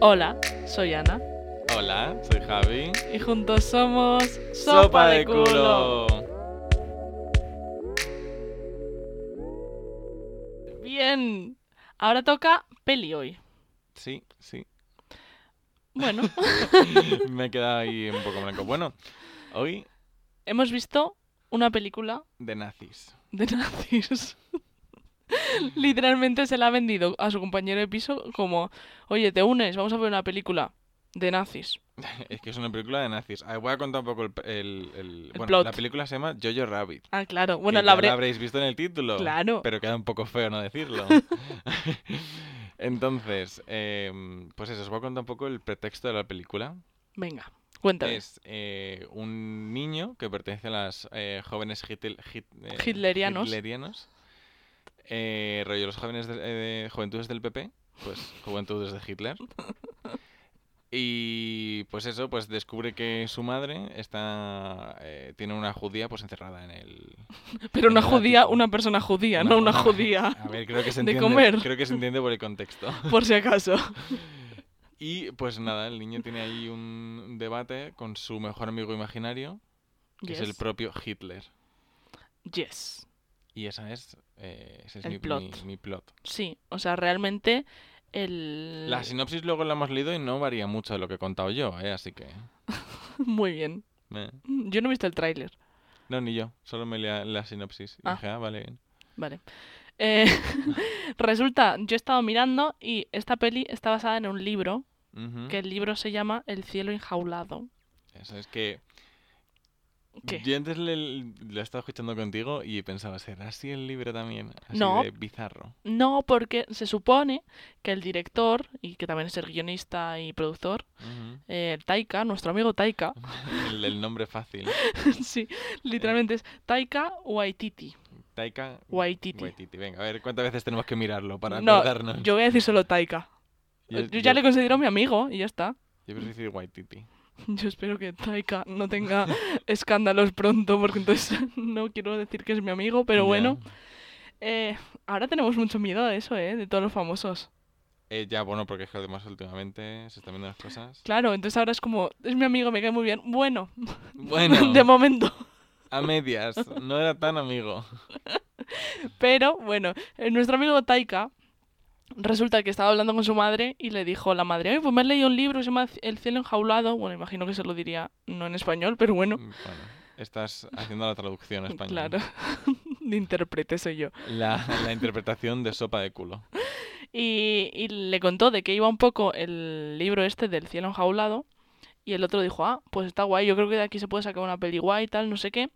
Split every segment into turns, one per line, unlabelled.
Hola, soy Ana.
Hola, soy Javi.
Y juntos somos Sopa, de Culo. Bien. Ahora toca peli hoy.
Sí, sí.
Bueno,
Me he quedado ahí un poco blanco. Bueno, hoy
hemos visto una película
de nazis.
de nazis. Literalmente se la ha vendido a su compañero de piso como, oye, te unes, vamos a ver una película de nazis.
Es que es una película de nazis. Ah, voy a contar un poco el... el- el- bueno,
plot.
la película se llama Jojo Rabbit.
Ah, claro.
que
Bueno,
ya
la habré...
habréis visto en el título.
Claro.
Pero queda un poco feo no decirlo. Entonces, em, pues eso, os voy a contar un poco el pretexto de la película.
Venga, cuéntame.
Es eh, un niño que pertenece a las eh, jóvenes hitel- hit- eh,
Hitlerianos.
hitlerianos. Eh, rollo, los jóvenes del- eh, de Juventudes del PP, pues Juventudes de Hitler. Y pues eso, pues descubre que su madre está eh, tiene una judía pues encerrada en el...
Pero una
el
judía,
ático.
una persona judía, no una judía,
A ver, creo que se
de
entiende,
comer.
Creo que se entiende por el contexto.
por si acaso.
Y pues nada, el niño tiene ahí un debate con su mejor amigo imaginario, que es el
Yes.
propio Hitler.
Yes.
Y esa es, eh, ese es
El
mi mi-
plot.
mi plot.
Sí, o sea, realmente el...
La sinopsis luego la hemos leído y no varía mucho de lo que he contado yo, ¿eh? así que...
Muy bien.
eh.
Yo no he visto el tráiler.
No, ni yo, solo me leía la sinopsis. Y
Ah.
dije, ah, vale. bien".
Vale. Eh, resulta, yo he estado mirando y esta peli está basada en un libro,
Ujú.
que el libro se llama El cielo enjaulado.
Eso es que...
¿Qué?
Yo antes le, lo estaba escuchando contigo y pensaba, ¿será así el libro también? Así
No.
de bizarro.
No, porque se supone que el director, y que también es el guionista y productor,
Ujú.
eh, Taika, nuestro amigo Taika,
el, el nombre fácil.
sí, literalmente es Taika Waititi.
Taika
Waititi.
Waititi. Venga, a ver cuántas veces tenemos que mirarlo para
no,
acordarnos.
yo voy a decir solo Taika.
Yo-
Ah. Yo, ya le considero mi amigo y ya está.
yo prefiero decir Waititi.
Yo espero que Taika no tenga escándalos pronto, porque entonces no quiero decir que es mi amigo, pero
Ya.
bueno. Eh, ahora tenemos mucho miedo de eso, ¿eh? De todos los famosos.
Eh, ya, bueno, porque es que además últimamente se están viendo las cosas.
Claro, entonces ahora es como, es mi amigo, me cae muy bien. Bueno,
Bueno,
de momento.
a medias, no era tan amigo.
Pero bueno, eh, nuestro amigo Taika resulta que estaba hablando con su madre y le dijo la madre, oye, pues me he leído un libro que se llama El cielo enjaulado. Bueno, imagino que se lo diría no en español, pero bueno.
Bueno, estás haciendo la traducción a español.
Claro, de intérprete soy yo.
La, la interpretación de sopa de culo.
Y, y le contó de que iba un poco el libro este del cielo enjaulado. Y el otro dijo, ah, pues está guay, yo creo que de aquí se puede sacar una peli guay y tal, no sé qué.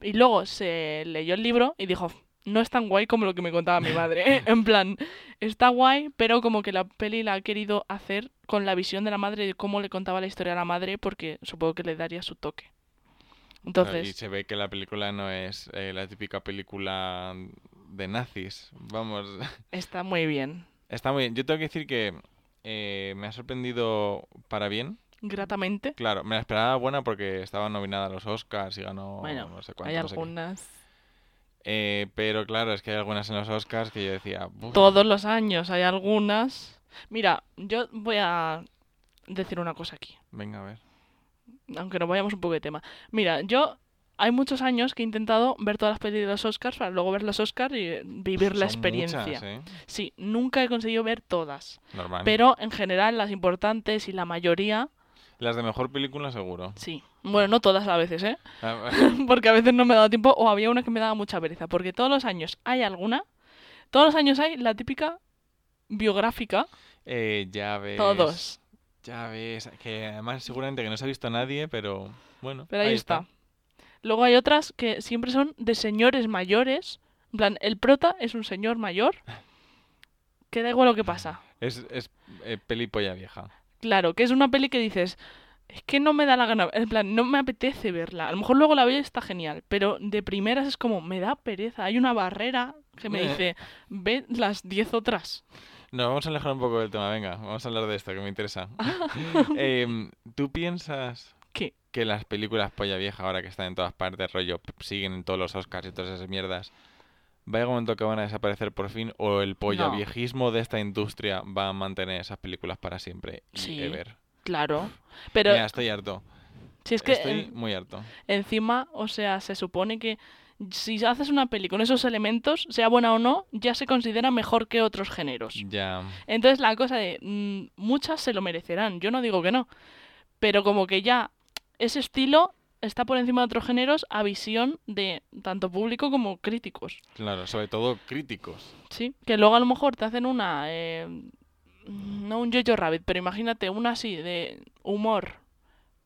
Y luego se leyó el libro y dijo, no es tan guay como lo que me contaba mi madre. en plan, está guay, pero como que la peli la ha querido hacer con la visión de la madre de cómo le contaba la historia a la madre, porque supongo que le daría su toque.
Y
Entonces,
se ve que la película no es eh, la típica película de nazis. Vamos,
está muy bien,
está muy bien. Yo tengo que decir que eh, me ha sorprendido para bien.
gratamente.
Claro, me la esperaba buena porque estaba nominada a los Oscars y ganó
Bueno,
no sé cuánto.
Hay
no sé qué.
algunas...
Eh, pero claro, es que hay algunas en los Oscars que yo decía... "Buf".
todos los años hay algunas. Mira, yo voy a decir una cosa aquí,
Venga, a ver.
aunque nos vayamos un poco de tema. Mira, yo hay muchos años que he intentado ver todas las pelis de los Oscars para luego ver los Oscars y eh, vivir la
Son
experiencia.
muchas, ¿eh?
Sí, nunca he conseguido ver todas,
Normal.
pero en general las importantes y la mayoría,
Las de mejor película, seguro.
sí. Bueno, no todas a veces, ¿eh?
Ah,
porque a veces no me daba tiempo o había una que me daba mucha pereza, porque todos los años hay alguna, todos los años hay la típica biográfica,
eh, ya ves.
todos.
Ya ves. Que además, seguramente que no se ha visto nadie, pero bueno.
Pero ahí, está. Luego hay otras que siempre son de señores mayores. En plan, el prota es un señor mayor. Que da igual lo que pasa.
Es, es eh, peli polla vieja.
Claro, que es una peli que dices, es que no me da la gana, en plan, no me apetece verla. A lo mejor luego la veo y está genial, pero de primeras es como, me da pereza. Hay una barrera que me
Eh.
dice, ve las 10 otras.
Nos vamos a alejar un poco del tema, venga. Vamos a hablar de esto, que me interesa. Em, ¿Tú piensas
Ah. ¿Qué?
que las películas polla vieja, ahora que están en todas partes, rollo, p- siguen en todos los Oscars y todas esas mierdas, va a llegar un momento que van a desaparecer por fin o el pollo
No.
viejismo de esta industria va a mantener esas películas para siempre y
Sí,
ever.
Claro. Pero
Mira, estoy harto.
si es que em,
estoy
en-
muy harto.
encima, o sea, se supone que si haces una peli con esos elementos, sea buena o no, ya se considera mejor que otros géneros.
Ya.
Entonces la cosa de mm, muchas se lo merecerán, yo no digo que no, pero como que ya ese estilo está por encima de otros géneros a visión de tanto público como críticos.
Claro, sobre todo críticos.
Sí, que luego a lo mejor te hacen una, eh, no un Jojo Rabbit, pero imagínate una así de humor,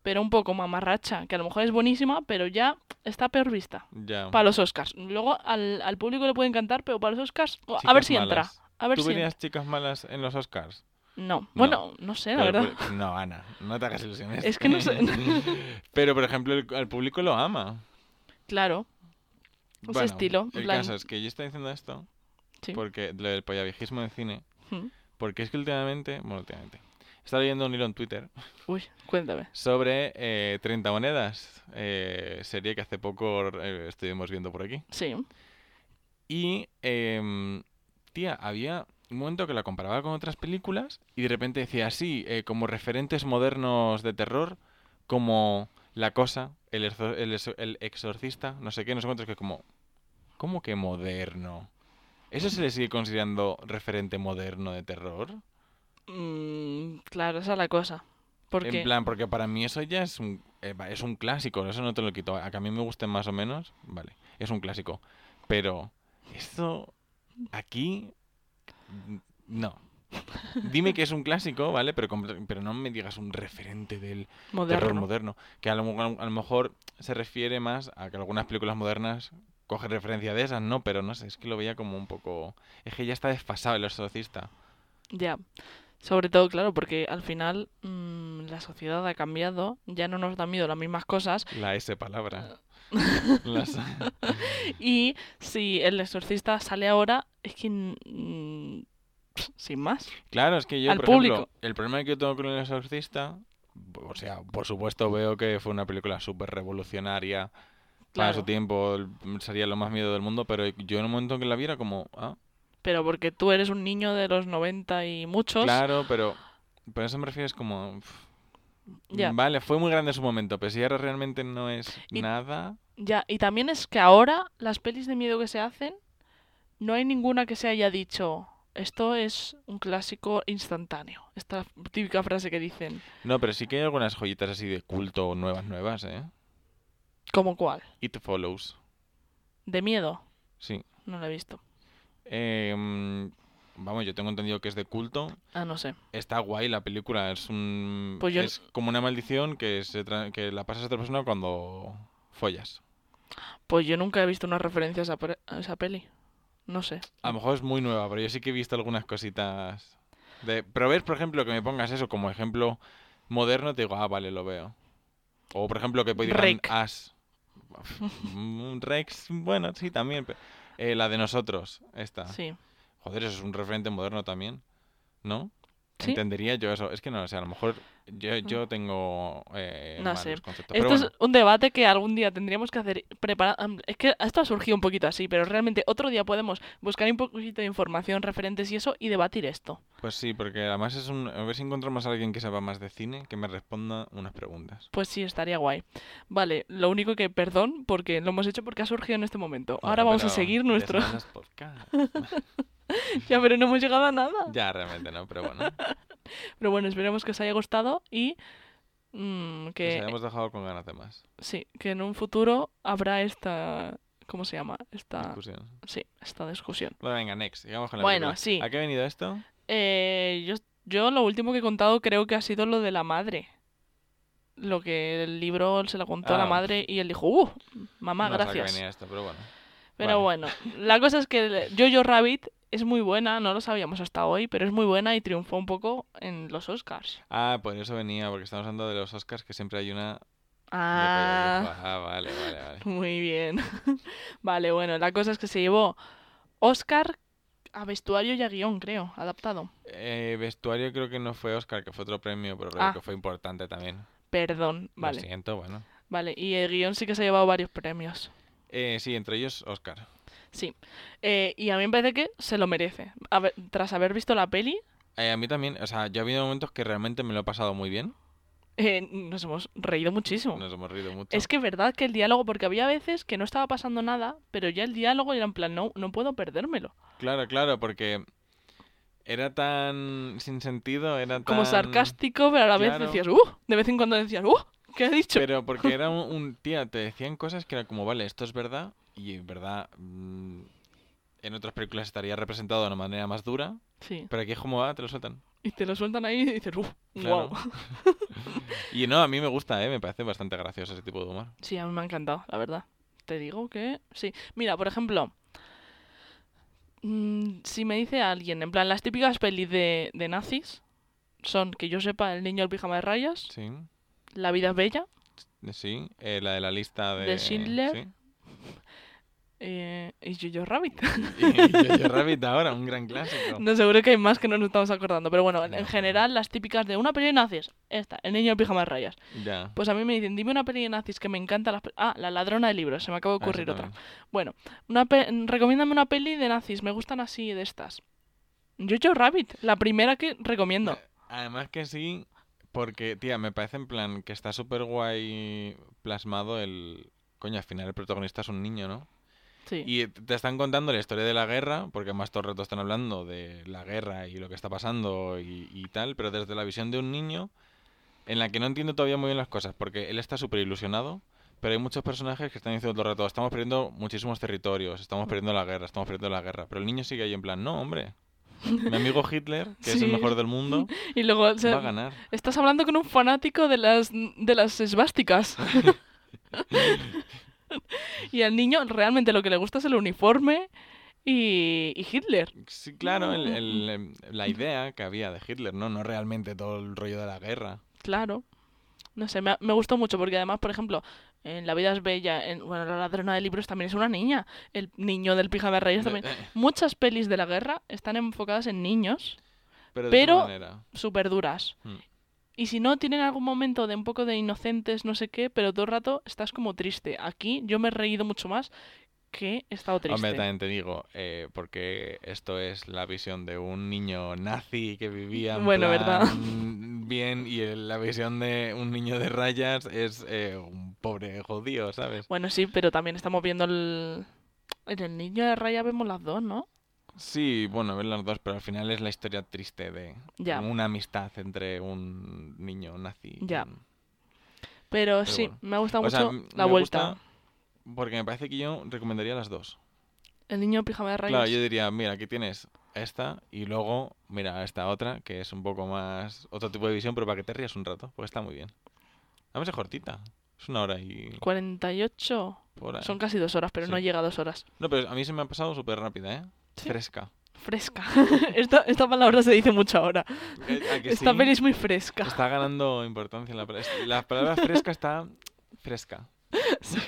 pero un poco mamarracha, que a lo mejor es buenísima, pero ya está peor vista.
Ya.
Para los Oscars. Luego al, al público le puede encantar, pero para los Oscars, a
Chicas
ver si entra.
malas.
A ver
¿Tú
si entra.
verías chicas malas en los Oscars?
No. Bueno, no sé, la
Pero-
verdad.
pero- no, Ana, no te hagas ilusiones.
Es que no sé.
Pero, por ejemplo, el, al público lo ama.
Claro. Ese
Bueno,
estilo, en
El
plan-
caso es que yo estoy diciendo esto
Sí.
porque lo del payavijismo en cine,
Mm.
porque es que últimamente, bueno, últimamente, estaba leyendo un hilo en Twitter
Uy, cuéntame.
sobre eh, 30 monedas, eh, serie que hace poco eh, estuvimos viendo por aquí.
Sí.
Y, em, tía, había un momento que la comparaba con otras películas y de repente decía así, eh, como referentes modernos de terror, como La Cosa, el, Exor- el Exor- el Exorcista, no sé qué, no sé cuántos, que como, ¿cómo que moderno? ¿Eso se le sigue considerando referente moderno de terror?
Mm, claro, esa es la cosa. Porque...
En plan, porque para mí eso ya es un, eh, va, es un clásico, eso no te lo quito. A que a mí me guste más o menos, vale, es un clásico. Pero esto aquí, n- no. Dime que es un clásico, ¿vale? Pero, compre- pero no me digas un referente del terror
moderno.
moderno. Que a lo, mo- a lo mejor se refiere más a que algunas películas modernas cogen referencia de esas, ¿no? Pero no sé, es que lo veía como un poco... Es que ya está desfasado el exorcista.
Ya. Sobre todo, claro, porque al final mm, la sociedad ha cambiado, ya no nos da miedo las mismas cosas.
La S palabra. Las-
Y si el exorcista sale ahora, es que... mm, pf, sin más.
Claro, es que yo,
al
por ejemplo,
público.
el problema que yo tengo con El Exorcista, o sea, por supuesto veo que fue una película súper revolucionaria para su
Claro.
tiempo, el- sería lo más miedo del mundo, pero yo en el momento en que la viera como, ah,
Pero porque tú eres un niño de los 90 y muchos.
claro, pero, pero eso me refiero es como, pf,
Ya.
vale, fue muy grande en su momento, pero si ahora realmente no es
Y-
nada,
Ya, y también es que ahora las pelis de miedo que se hacen, no hay ninguna que se haya dicho, esto es un clásico instantáneo. Esta típica frase que dicen,
no, pero sí que hay algunas joyitas así de culto nuevas, nuevas, ¿eh?
¿como cuál?
It Follows,
¿De miedo?
sí.
No la he visto.
Eh, mm, vamos, yo tengo entendido que es de culto,
Ah, no sé.
Está guay la película, es un
Pues yo-
es como una maldición que se tra- que la pasas a otra persona cuando follas.
Pues yo nunca he visto una referencia a esa, pre- a esa peli. No sé.
A lo mejor es muy nueva, pero yo sí que he visto algunas cositas de pero ves, por ejemplo, que me pongas eso como ejemplo moderno, te digo, "Ah, vale, lo veo." O por ejemplo, que digan
Rec.
As. Mm, Rex, bueno, sí también, pe- eh, la de nosotros, esta.
Sí.
Joder, eso es un referente moderno también, ¿no?
Sí. Mm.
Entendería yo eso. Es que no, o sea, a lo mejor yo, yo tengo eh,
No sé.
malos conceptos.
Esto
pero
es un debate que algún día tendríamos que hacer. Preparar... Es que esto ha surgido un poquito así, pero realmente otro día podemos buscar un poquito de información, referentes y eso, y debatir esto.
bueno, pues sí, porque además es un... A ver si encontramos a alguien que sepa más de cine que me responda unas preguntas.
Pues sí, estaría guay. Vale, lo único que, perdón, porque lo hemos hecho porque ha surgido en este momento. Ahora
Bueno,
vamos a
pero
seguir
de
nuestro...
semanas podcast.
ya, pero no hemos llegado a nada.
ya, realmente no, pero bueno.
Pero bueno, esperemos que os haya gustado y mm,
Nos
que...
hemos dejado con ganas de más
Sí, que en un futuro habrá esta... ¿Cómo se llama? Esta...
discusión.
Sí, esta discusión.
Bueno, venga, next. Sigamos con la
Bueno,
película.
sí.
¿A qué ha venido esto?
Eh, yo, yo lo último que he contado creo que ha sido lo de la madre. Lo que el libro se lo contó a la
Ah.
madre y él dijo, ¡uh! Mamá,
no sé a qué
gracias.
venía esto, pero bueno.
Pero bueno, la cosa es que el Jojo Rabbit es muy buena, no lo sabíamos hasta hoy, pero es muy buena y triunfó un poco en los Oscars.
Ah, por eso venía, porque estamos hablando de los Oscars, que siempre hay una... de
Ah,
Payaso. ah vale, vale, vale.
muy bien. Vale, bueno, la cosa es que se llevó Oscar a vestuario y a guión, creo, adaptado.
Eh, vestuario creo que no fue Oscar, que fue otro premio, pero creo
Ah.
que fue importante también.
Perdón,
Lo
vale.
siento, bueno.
Vale, y el guión sí que se ha llevado varios premios.
Eh, sí, entre ellos Oscar.
Sí. Eh, y a mí me parece que se lo merece. A ver, tras haber visto la peli,
Eh, a mí también, o sea, yo ha habido momentos que realmente me lo he pasado muy bien.
eh, nos hemos reído muchísimo.
Nos hemos reído mucho.
Es que es verdad que el diálogo, porque había veces que no estaba pasando nada, pero ya el diálogo era en plan, no, no puedo perdérmelo.
Claro, claro, porque era tan sin sentido, era tan...
Como sarcástico, pero a la vez
Claro.
decías, ¡uh! De vez en cuando decías, ¡uh! ¿Qué he dicho?
Pero porque era un, un- Tía, te decían cosas que era como, vale, esto es verdad, y en verdad mm, en otras películas estaría representado de una manera más dura,
Sí.
pero aquí es como, ah, te lo sueltan.
Y te lo sueltan ahí y dices, ¡uh!
Claro.
¡Wow!
Y no, a mí me gusta, ¿eh? Me parece bastante gracioso ese tipo de humor.
Sí, a mí me ha encantado, la verdad. Te digo que sí. Mira, por ejemplo, mm, si me dice alguien, en plan, las típicas pelis de, de nazis son, que yo sepa, El niño del pijama de rayas,
Sí,
La vida es bella,
sí. eh, la de la lista de...
De Schindler.
sí.
eh, y Jojo Rabbit.
Y, y Jojo Rabbit ahora, un gran clásico.
no, seguro que hay más que no nos estamos acordando. Pero bueno, en
No.
general, las típicas de una peli de nazis, esta, El niño del pijama de rayas.
Ya.
Pues a mí me dicen, dime una peli de nazis que me encanta. Las... pe-". Ah, La ladrona de libros, se me acaba de
Ah, eso
ocurrir otra.
también.
Bueno, una pe- recomiéndame una peli de nazis, me gustan así de estas. Jojo Rabbit, la primera que recomiendo.
Eh, Además que sí, porque, tía, me parece en plan que está súper guay plasmado el... Coño, al final el protagonista es un niño, ¿no?
Sí.
Y te están contando la historia de la guerra, porque además todo el rato están hablando de la guerra y lo que está pasando y, y tal, pero desde la visión de un niño en la que no entiendo todavía muy bien las cosas, porque él está súper ilusionado, pero hay muchos personajes que están diciendo todo el rato, estamos perdiendo muchísimos territorios,
Mm.
estamos perdiendo la guerra, estamos perdiendo la guerra, pero el niño sigue ahí en plan, no, hombre, mi amigo Hitler, que es el
Sí.
mejor del mundo,
Y luego, o sea,
va a ganar.
estás hablando con un fanático de las, de las esvásticas. y al niño realmente lo que le gusta es el uniforme y, y Hitler.
Sí, claro, el- el-
mm,
em, la idea que había de Hitler, ¿no? No realmente todo el rollo de la guerra.
Claro. No sé, me, ha- me gustó mucho porque además, por ejemplo, en La vida es bella, en bueno, La ladrona de libros también es una niña. El niño del pijama de rayas también.
eh,
Muchas pelis de la guerra están enfocadas en niños
Pero de
Pero-
otra manera.
súper duras.
Mm.
Y si no, tienen algún momento de un poco de inocentes, no sé qué, pero todo el rato estás como triste. Aquí yo me he reído mucho más que he estado triste.
Hombre, también te digo, eh, porque esto es la visión de un niño nazi que vivía en
Bueno, ¿verdad?
plan bien y el- la visión de un niño de rayas es eh, un pobre judío, ¿sabes?
Bueno, sí, pero también estamos viendo el... En el niño de raya vemos las dos, ¿no?
Sí, bueno, ver las dos, pero al final es la historia triste de
Ya.
una amistad entre un niño nazi. y
Ya.
un-
Pero,
Pero
sí,
bueno.
me ha gustado
O
mucho
sea, m-
la
me
vuelta.
gusta Porque me parece que yo recomendaría las dos.
El niño de pijama de rayas.
Claro, yo diría, mira, aquí tienes esta y luego, mira, esta otra, que es un poco más, otro tipo de visión, pero para que te rías un rato, porque está muy bien. Además es cortita, es una hora y
48.
por ahí.
Son casi dos horas, pero no
Sí.
llega a dos horas.
No, pero a mí se me ha pasado súper rápida, ¿eh?
Sí.
Fresca.
Fresca. esta, esta palabra se dice mucho ahora.
Eh, ¿a que
Esta
sí?
peli es muy fresca.
Está ganando importancia la, pala- es- la palabra fresca está fresca.
Sí.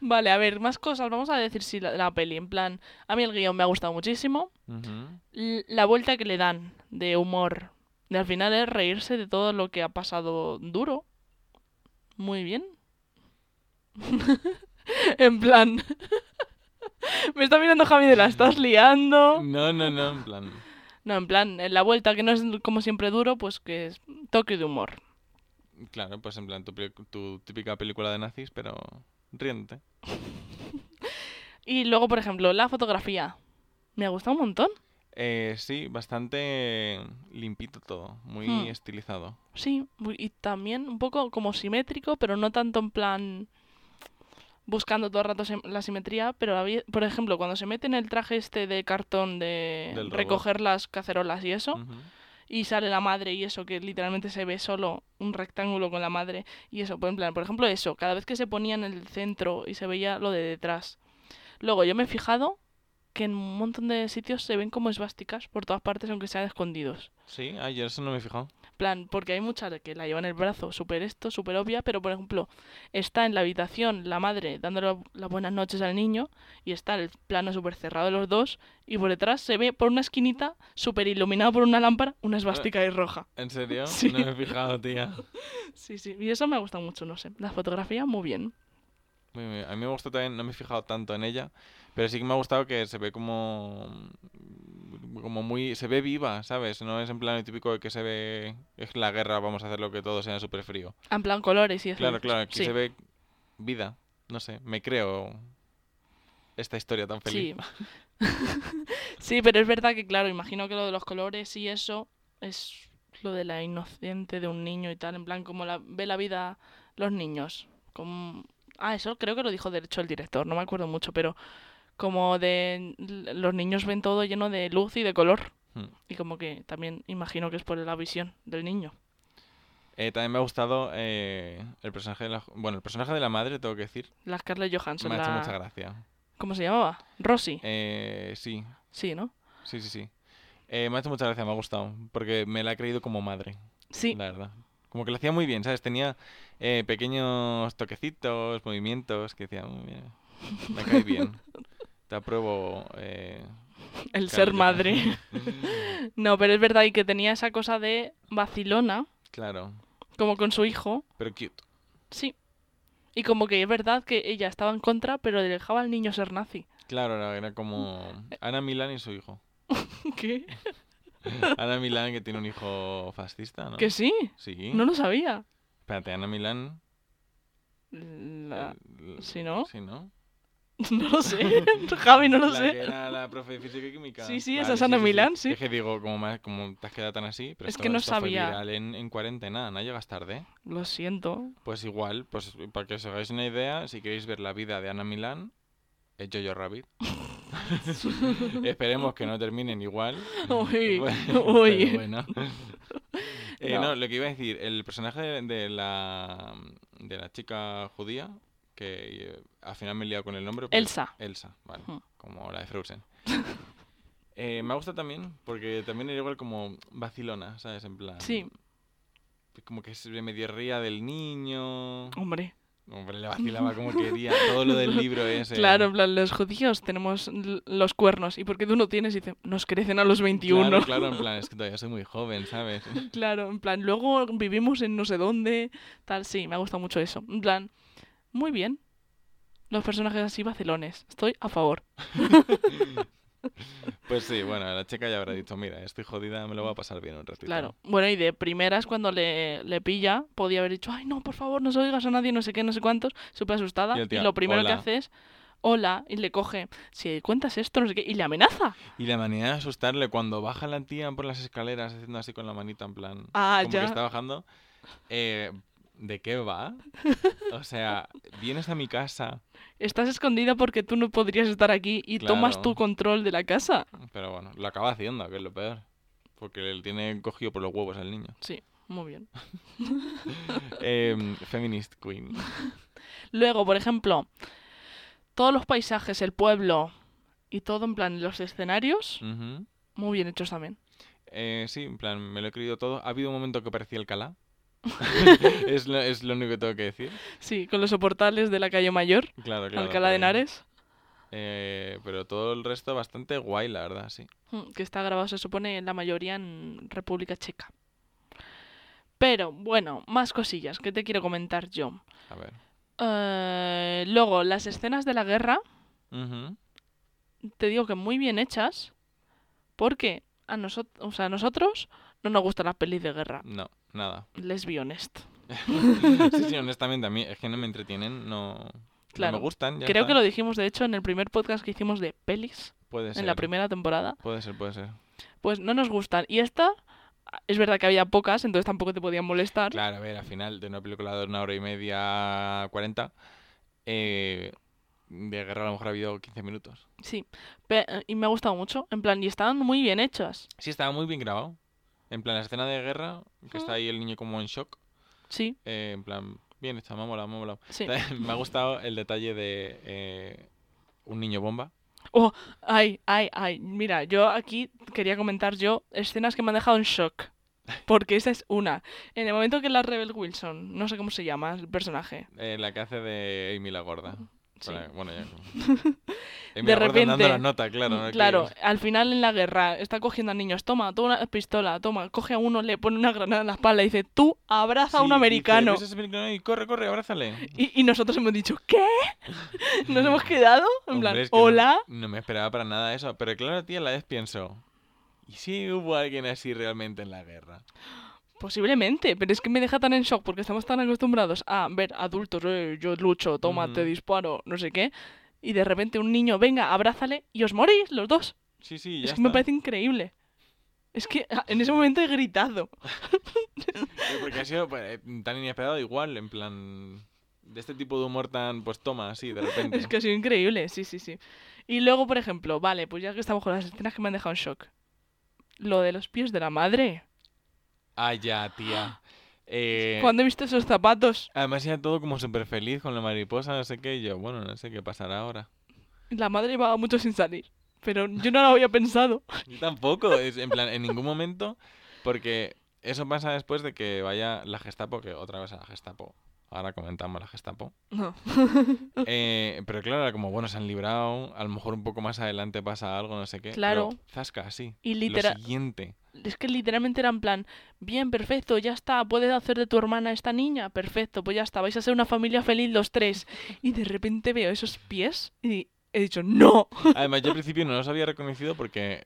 vale, a ver, más cosas. Vamos a decir si la, la peli. En plan, a mí el guión me ha gustado muchísimo.
Ujú.
L- la vuelta que le dan de humor. De al final es reírse de todo lo que ha pasado duro. Muy bien. en plan. Me está mirando Javi de la estás liando.
No, no, no, en plan.
No, en plan, en la vuelta que no es como siempre duro, pues que es toque de humor.
Claro, pues en plan tu, peli- tu típica película de nazis, pero riente.
Y luego, por ejemplo, la fotografía. Me ha gustado un montón.
Eh, sí, bastante eh, limpito todo, muy
Hmm.
estilizado.
Sí, muy- y también un poco como simétrico, pero no tanto en plan buscando todo el rato sim- la simetría, pero había- por ejemplo, cuando se mete en el traje este de cartón de
Del robot.
recoger las cacerolas y eso,
Ujú.
y sale la madre y eso, que literalmente se ve solo un rectángulo con la madre y eso, pues en plan, por ejemplo, eso, cada vez que se ponía en el centro y se veía lo de detrás. Luego yo me he fijado que en un montón de sitios se ven como esvásticas por todas partes, aunque sean escondidos
Sí, ah, yo eso no me he fijado.
plan, porque hay muchas que la llevan en el brazo, súper esto, súper obvia, pero por ejemplo, está en la habitación la madre dándole las buenas noches al niño y está el plano súper cerrado de los dos y por detrás se ve por una esquinita, súper iluminado por una lámpara, una esvástica y roja.
¿En serio?
Sí.
No me he fijado, tía.
Sí, sí, y eso me ha gustado mucho, no sé. La fotografía, muy bien.
Muy bien. A mí me gustó también, no me he fijado tanto en ella, pero sí que me ha gustado que se ve como. como muy. se ve viva, ¿sabes? No es en plan el típico de que se ve. es la guerra, vamos a hacer lo que todo sea súper frío.
En plan colores y eso.
Claro, claro, aquí
Sí,
se ve vida. No sé, me creo esta historia tan feliz.
sí. Sí, pero es verdad que, claro, imagino que lo de los colores y eso es lo de la inocente de un niño y tal, en plan, como la, ve la vida los niños. Como... Ah, eso creo que lo dijo de hecho el director, no me acuerdo mucho, pero como de los niños ven todo lleno de luz y de color.
Hmm.
Y como que también imagino que es por la visión del niño.
Eh, también me ha gustado eh, el personaje de la. ju- Bueno, el personaje de la madre, tengo que decir.
La Scarlett Johansson.
Me ha hecho
la-
mucha gracia.
¿Cómo se llamaba? Rosy.
Eh, sí,
Sí, ¿no?
sí, sí, sí. Eh, me ha hecho mucha gracia, me ha gustado. Porque me la he creído como madre,
Sí,
la verdad. Como que lo hacía muy bien, ¿sabes? Tenía eh, pequeños toquecitos, movimientos que decía, "Mm, mira, me cae bien. Te apruebo. eh,
el ser
Scarlett
madre. No, pero es verdad y que tenía esa cosa de vacilona,
claro,
como con su hijo,
pero cute.
sí. Y como que es verdad que ella estaba en contra, pero le dejaba al niño ser nazi.
Claro, era, era como Ana Milán y su hijo.
¿Qué?
Ana Milán que tiene un hijo fascista, ¿no?
Que sí,
Sí.
no lo sabía.
Espérate, Ana Milán.
La-
eh,
¿Sí, no?
Sí, ¿no?
No lo sé, Javi, no lo
La que
sé.
era la profe de física y química.
Sí, sí, esa es Ana Milán, sí.
Es que digo, como, más- como te has quedado tan así, pero
Es
esto-
que no
esto fue
sabía.
viral en, en cuarentena, no llegas tarde.
Lo siento.
Pues igual, pues para que os hagáis una idea, si queréis ver la vida de Ana Milán, es Jojo Rabbit. Esperemos que no terminen igual.
Uy,
Bueno,
uy.
pero bueno. Eh,
No.
no. lo que iba a decir, el personaje de, de la, de la chica judía, que eh, al final me he liado con el nombre. pero-
Elsa.
Elsa, vale.
Ujú.
Como la de Frozen. Eh, me gusta también, porque también era igual como vacilona, ¿sabes? En plan.
Sí.
Como que se medio ría del niño.
Hombre,
Hombre, le vacilaba como quería. Todo lo del libro ese.
claro, en plan, los judíos tenemos l- los cuernos. ¿Y por qué tú no tienes? Y dice, nos crecen a los 21.
Claro, claro, en plan, es que todavía soy muy joven, ¿sabes?
Claro, en plan, luego vivimos en no sé dónde, tal, sí, me ha gustado mucho eso. En plan, muy bien. Los personajes así vacilones, estoy a favor.
Pues sí, bueno, la chica ya habrá dicho, mira, estoy jodida, me lo voy a pasar bien un ratito.
Claro. Bueno, y de primeras, cuando le, le pilla, podía haber dicho, ay, no, por favor, no se lo digas a nadie, no sé qué, no sé cuántos, súper asustada.
Y el
Y,
tío,
lo primero que
"Hola".
hace es, hola, y le coge, si cuentas esto, no sé qué, y le amenaza.
Y la manera de asustarle cuando baja la tía por las escaleras haciendo así con la manita en plan
Ah,
como
ya.
que está bajando. eh, ¿De qué va? O sea, vienes a mi casa,
Estás escondida porque tú no podrías estar aquí y tomas
Claro.
tu control de la casa.
pero bueno, lo acaba haciendo, que es lo peor. Porque le tiene cogido por los huevos al niño.
Muy bien.
Em, feminist Queen.
Luego, por ejemplo, todos los paisajes, el pueblo y todo en plan los escenarios,
Ujú.
muy bien hechos también.
Eh, sí, en plan, me lo he creído todo. Ha habido un momento que parecía el Calá. es, lo, es lo único que tengo que decir.
Sí, con los soportales de la calle Mayor,
Claro, claro.
Alcalá de
pero-
Henares,
eh, pero todo el resto bastante guay, la verdad, sí.
mm, que está grabado, se supone, la mayoría en República Checa. Pero bueno, más cosillas que te quiero comentar yo.
A ver.
Eh, luego, las escenas de la guerra,
Ujú.
te digo que muy bien hechas, porque a, nosot o sea, a nosotros no nos gustan las pelis de guerra.
No, nada.
Let's be honest.
sí, sí, honestamente, a mí es que no me entretienen, no, Pues no
Claro.
me gustan. ya
Creo
está.
que lo dijimos, de hecho, en el primer podcast que hicimos de pelis,
Puede ser.
en la primera temporada,
Puede ser, puede ser.
pues no nos gustan. Y esta, es verdad que había pocas, entonces tampoco te podían molestar.
Claro, a ver, al final, de una película de una hora y media, 40, eh, de guerra a lo mejor ha habido 15 minutos.
Sí, Pe- eh, y me ha gustado mucho, en plan, y estaban muy bien hechas.
Sí, estaba muy bien grabado. En plan, la escena de guerra, que está ahí el niño como en shock.
Sí,
eh, en plan, bien hecha, me ha molado, me ha molado.
sí.
me ha gustado el detalle de eh, un niño bomba.
Ay, ay, ay, mira, yo aquí quería comentar yo escenas que me han dejado en shock. Porque esa es una. En el momento que la Rebel Wilson, no sé cómo se llama el personaje.
Eh, la que hace de Amy la gorda.
Sí.
Para- Bueno, ya. Y
De
me acuerdo dando
repente-
la nota, claro. ¿no? Que
Mm, Claro,
es-
al final en la guerra está cogiendo a niños, toma, toma una pistola, toma, coge a uno, le pone una granada en la espalda y dice, tú abraza a
Sí,
un
dice,
americano.
"¿Ves ese americano ahí? corre, corre, abrázale.
Y, y nosotros hemos dicho, ¿qué? ¿Nos hemos quedado? En
Mm. Hombre,
plan,
es que no-
hola.
No, me esperaba para nada eso. Pero claro, tía, a la vez pienso. ¿Y si hubo alguien así realmente en la guerra?
Posiblemente, pero es que me deja tan en shock porque estamos tan acostumbrados a ver adultos, "Eh, yo lucho, toma, te
Ujú.
disparo, no sé qué. Y de repente un niño, venga, abrázale y os morís los dos.
Sí, sí,
Es
ya
que me
está.
parece increíble. Es que ah, en ese momento he gritado.
Eh, Porque ha sido pues, eh, tan inesperado, igual, en plan. De este tipo de humor tan, pues toma, así, de repente.
Es que ha sido increíble, sí, sí, sí. Y luego, por ejemplo, vale, pues ya que estamos con las escenas que me han dejado en shock. Lo de los pies de la madre.
Ah, ya, tía. Eh,
¿Cuándo he visto esos zapatos?
Además, ya todo como súper feliz con la mariposa, no sé qué. Y yo, bueno, no sé qué pasará ahora.
La madre llevaba mucho sin salir. Pero yo no lo había pensado.
Yo tampoco, es en plan, en ningún momento, porque eso pasa después de que vaya la Gestapo, que otra vez a la Gestapo. Ahora comentamos la Gestapo.
No.
Eh, pero claro, era como, bueno, se han librado, a lo mejor un poco más adelante pasa algo, no sé qué. pero
Claro.
zasca, sí.
Y
Lo
literal,
siguiente.
es que literalmente era en plan, bien, perfecto, ya está, puedes hacer de tu hermana esta niña, perfecto, pues ya está, vais a ser una familia feliz los tres. Y de repente veo esos pies y he dicho, no, Pues,
Además, yo al principio no los había reconocido porque...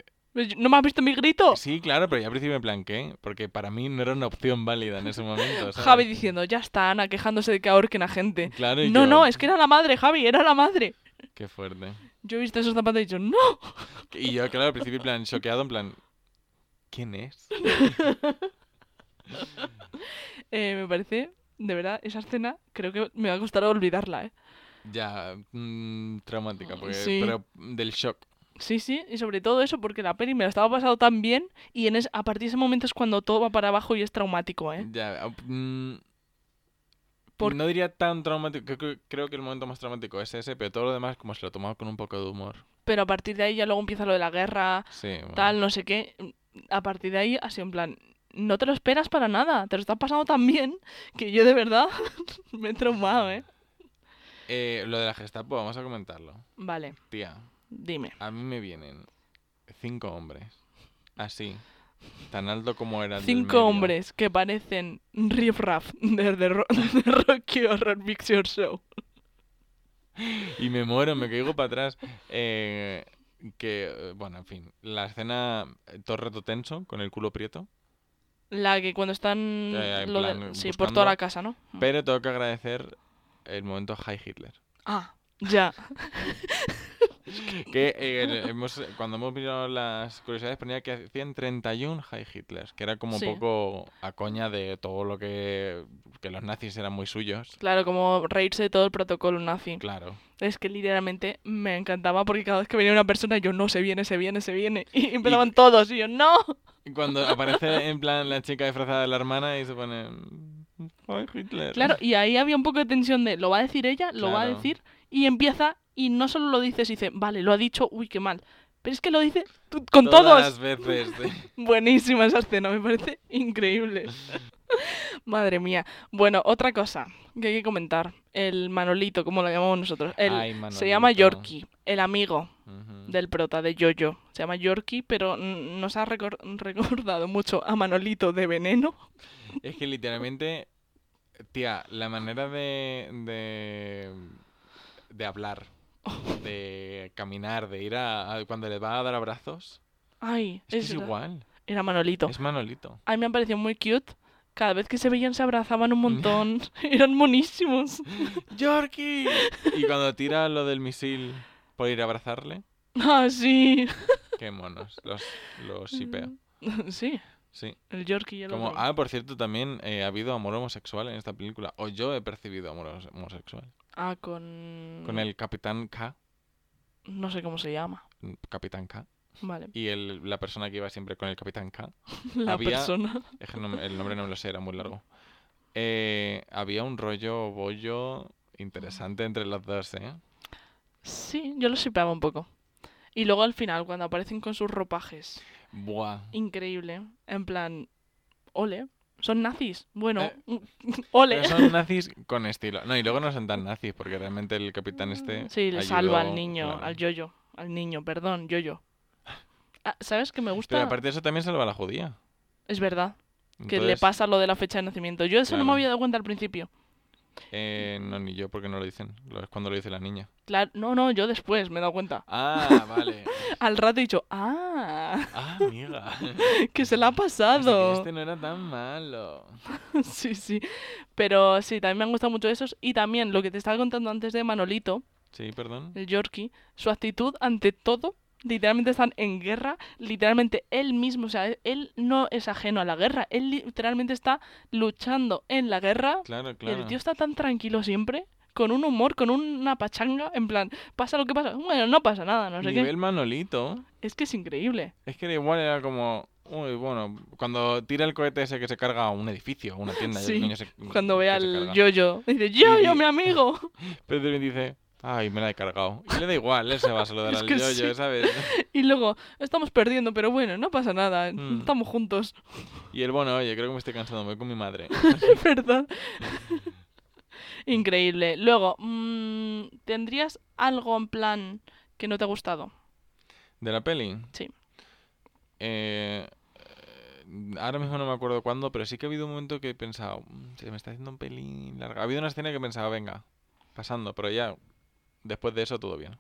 no me has visto mi grito.
Sí, claro, pero yo al principio me planqué, porque para mí no era una opción válida en ese momento. ¿sabes?
Javi diciendo, ya está, Ana, quejándose de que ahorquen a gente.
Claro, y
No,
yo,
no, es que era la madre, Javi, era la madre.
Qué fuerte.
Yo he visto esos zapatos y he dicho, no.
Y yo, claro, al principio, en plan, choqueado, en plan, ¿quién es?
Eh, me parece, de verdad, esa escena creo que me va a costar olvidarla, ¿eh?
Ya, mm, traumática, porque,
Sí.
pero del shock.
Sí, sí, y sobre todo eso porque la peli me la estaba pasando tan bien y en es- a partir de ese momento es cuando todo va para abajo y es traumático, ¿eh?
Ya, mm,
Por-
No diría tan traumático, creo, que- creo que el momento más traumático es ese, pero todo lo demás como se lo tomaba con un poco de humor.
Pero a partir de ahí ya luego empieza lo de la guerra,
Sí, bueno.
tal, no sé qué. A partir de ahí, así en plan, no te lo esperas para nada, te lo estás pasando tan bien que yo de verdad me he traumado, ¿eh?
Eh, lo de la Gestapo, vamos a comentarlo.
Vale,
Tía,
dime.
a mí me vienen cinco hombres, así, tan alto como era el del
Cinco
medio.
hombres que parecen Riff Raff de, de Ro- de Rocky Horror Picture Show.
Y me muero, me caigo para atrás. Eh, que, eh, bueno, en fin, la escena eh, todo el rato tenso, con el culo prieto.
La que cuando están
Ya, ya, en
lo de-
plan,
sí, por toda
buscando.
la casa, ¿no?
Pero tengo que agradecer el momento High Hitler.
Ah, ya.
Que eh, el- hemos, cuando hemos mirado las curiosidades ponía que hacían 31 High Hitlers, que era como un
Sí.
poco a coña de todo lo que, que los nazis eran muy suyos.
Claro, como reírse de todo el protocolo nazi.
Claro.
Es que literalmente me encantaba porque cada vez que venía una persona yo no se viene, se viene, se viene. Y empezaban todos y yo no.
Y Cuando aparece en plan la chica disfrazada de la hermana y se pone... "Mm, High Hitler.
Claro, y ahí había un poco de tensión de lo va a decir ella, lo va a
Claro.
decir y empieza y no solo lo dices y dice, vale, lo ha dicho, uy, qué mal. Pero es que lo dice tú- con
Todas
todos.
las veces. sí.
Buenísima esa escena, me parece increíble. Madre mía. Bueno, otra cosa que hay que comentar. El Manolito, como lo llamamos nosotros. El-
Ay,
se llama
Manolito. Mm.
Yorkie, el amigo
Ujú.
del prota de Yoyo. Se llama Yorkie, pero mm, nos ha recor- recordado mucho a Manolito de Veneno.
Es que literalmente, tía, la manera de, de, de hablar, de caminar, de ir a, a- cuando le va a dar abrazos,
Ay,
es que
es
es
verdad.
igual,
Era Manolito.
es Manolito.
A mí me han parecido muy cute. Cada vez que se veían se abrazaban un montón. Eran monísimos.
¡Yorkie! Y cuando tira lo del misil por ir a abrazarle,
Ah, sí.
qué monos, los,
Mm.
los shipeo,
Sí,
sí.
el Yorkie y el
Como,
otro.
ah, por cierto, también eh, ha habido amor homosexual en esta película, o yo he percibido amor homose- homosexual,
Ah, con...
con el Capitán K,
No sé cómo se llama.
Capitán K,
Vale.
y el- la persona que iba siempre con el Capitán K.
La
Había-
persona.
Es que no me- el nombre no me lo sé, era muy largo. Eh, había un rollo bollo interesante entre los dos, ¿eh?
Sí, yo lo shipeaba un poco. Y luego al final, cuando aparecen con sus ropajes.
Buah.
Increíble. En plan, ole. son nazis. Bueno,
Eh,
ole.
Pero son nazis con estilo. No, y luego no son tan nazis, porque realmente el capitán este.
Mm, Sí, le
ayudó-
salva al niño,
claro.
al yoyo, al niño, perdón, yoyo. Ah, ¿Sabes que me
Pero
gusta?
aparte de eso también salva a la judía.
Es verdad, que le
Entonces,
pasa lo de la fecha de nacimiento. Yo eso no me
Claro.
había dado cuenta al principio.
eh, no, ni yo, porque no lo dicen. Lo- Es cuando lo dice la niña.
Claro, no, no, yo después me he dado cuenta.
Ah, vale.
Al rato he dicho, ah,
Ah, amiga.
que se la ha pasado.
Este no era tan malo.
Sí, sí. Pero sí, también me han gustado mucho esos. Y también lo que te estaba contando antes de Manolito,
Sí, perdón.
el Yorkie, su actitud ante todo. Literalmente están en guerra, literalmente él mismo, o sea, e-, él no es ajeno a la guerra, él literalmente está luchando en la guerra
Claro,
y
claro.
el tío este, está tan tranquilo siempre, con un humor, con una pachanga, en plan, pasa lo que pasa, bueno, no pasa nada, no sé
Nivel Manolito.
qué. Es que es increíble.
Es que era igual era como. Uy, bueno, cuando tira el cohete ese que se carga a un edificio, a una tienda. y el
Sí,
niño se-
Cuando ve
que se
al
carga.
yo-yo, dice, yo-yo,
y-
mi amigo.
Pero también dice, ay, me la he cargado. Y le da igual, él se va a saludar
Es
al
que
yo,
sí.
¿sabes?
Y luego, estamos perdiendo, pero bueno, no pasa nada,
Mm.
estamos juntos,
Y él, bueno, oye, creo que me estoy cansando, me voy con mi madre.
es verdad. Increíble. Luego, mm, ¿tendrías algo en plan que no te ha gustado?
¿De la peli?
Sí.
Eh, eh, ahora mismo no me acuerdo cuándo, pero sí que ha habido un momento que he pensado, "Mm, se me está haciendo un pelín larga. Ha habido una escena que he pensado, venga, pasando, pero ya, después de eso todo bien.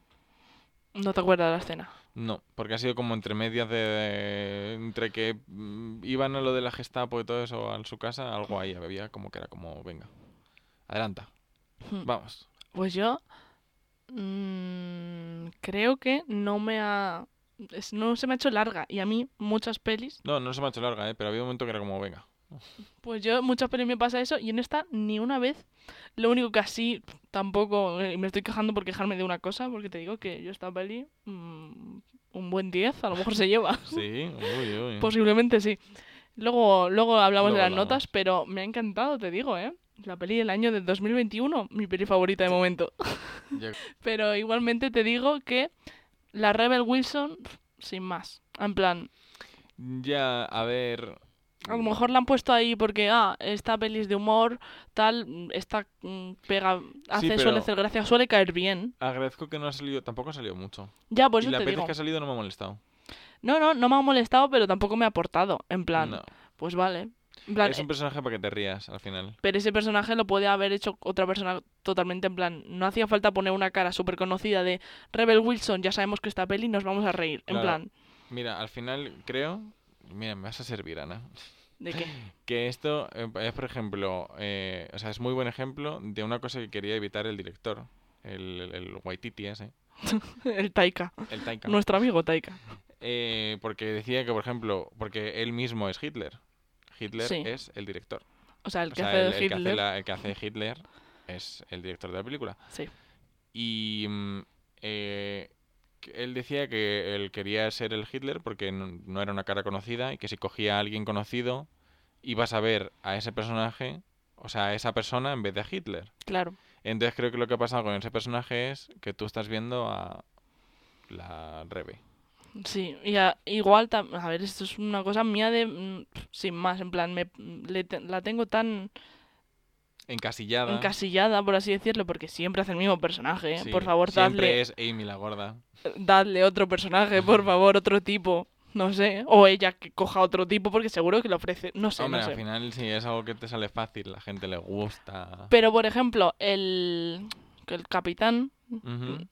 No te acuerdas de la escena.
No, porque ha sido como entre medias de, de- entre que mm, iban a lo de la Gestapo y todo eso a su casa, algo ahí había como que era como, venga, adelanta,
Hmm.
vamos.
Pues yo mm, creo que no me ha... es- no se me ha hecho larga. Y a mí muchas pelis,
No, no se me ha hecho larga, ¿eh? pero había un momento que era como, venga.
pues yo muchas pelis me pasa eso y en esta ni una vez. Lo único que así tampoco... eh, me estoy quejando por quejarme de una cosa, porque te digo que yo esta peli mm, un buen 10 a lo mejor se lleva.
Sí, uy, uy.
Pues Posiblemente sí. Luego, luego hablamos
Luego
de las
hablamos.
notas, pero me ha encantado, te digo, ¿eh? La peli del año de 2021, mi peli favorita de momento.
Yo-
Pero igualmente te digo que la Rebel Wilson, pf, sin más. En plan,
Ya, a ver.
a lo mejor la han puesto ahí porque, ah, esta peli es de humor, tal, mm, esta mm, pega, hace,
pero-
suele hacer gracia, suele caer bien.
Agradezco que no ha salido, tampoco ha salido mucho.
Ya, por
y
eso
las
Pues te
veces
digo.
que ha salido no me ha molestado.
No, no, no me ha molestado, pero tampoco me ha aportado. En plan,
No.
pues vale. En plan, eh,
Es un personaje para que te rías al final.
Pero ese personaje lo podía haber hecho otra persona totalmente en plan. No hacía falta poner una cara súper conocida de Rebel Wilson, ya sabemos que esta peli nos vamos a reír. En
Claro.
plan,
Mira, al final creo. Mira, me vas a servir, Ana.
¿de qué?
Que esto eh, es, por ejemplo, eh, o sea, es muy buen ejemplo de una cosa que quería evitar el director, el, el, el Waititi ese,
El Taika.
el Taika.
Nuestro amigo Taika.
Eh, porque decía que, por ejemplo, porque él mismo es Hitler. Hitler
Sí.
es el director.
O sea, el
O
que
sea,
hace
el,
de
el que hace
Hitler.
la- el que hace Hitler es el director de la película.
Sí.
Y mm, eh, que él decía que él quería ser el Hitler porque no, no era una cara conocida y que si cogía a alguien conocido ibas a ver a ese personaje, o sea, a esa persona en vez de a Hitler.
Claro.
Entonces creo que lo que ha pasado con ese personaje es que tú estás viendo a la Rebe.
Sí. Y a- igual, tam- a ver, esto es una cosa mía de. mm, Sin más, en plan, me, le te- la tengo tan
Encasillada.
encasillada, por así decirlo, porque siempre hace el mismo personaje. ¿eh?
Sí,
Por favor, dadle.
Siempre es Amy la gorda.
dadle otro personaje, por favor, otro tipo. No sé. O ella que coja otro tipo porque seguro que le ofrece. No sé,
Hombre,
no
al
sé.
final sí es algo que te sale fácil, la gente le gusta.
Pero por ejemplo, el. que el capitán. Mm,
Ujú.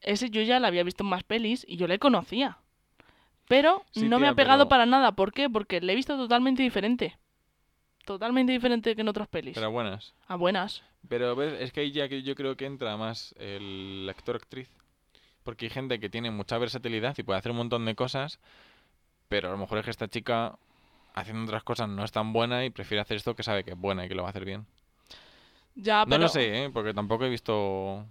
Ese yo ya la había visto en más pelis y yo le conocía. Pero
Sí,
no me
tía,
ha pegado
pero-
para nada. ¿Por qué? Porque le he visto totalmente diferente. Totalmente diferente que en otras pelis.
Pero buenas.
A buenas.
Pero ves, es que ahí ya que yo creo que entra más el actor-actriz. Porque hay gente que tiene mucha versatilidad y puede hacer un montón de cosas, pero a lo mejor es que esta chica haciendo otras cosas no es tan buena y prefiere hacer esto que sabe que es buena y que lo va a hacer bien.
Ya,
no
Ah, pero.
lo sé, ¿eh? porque tampoco he visto...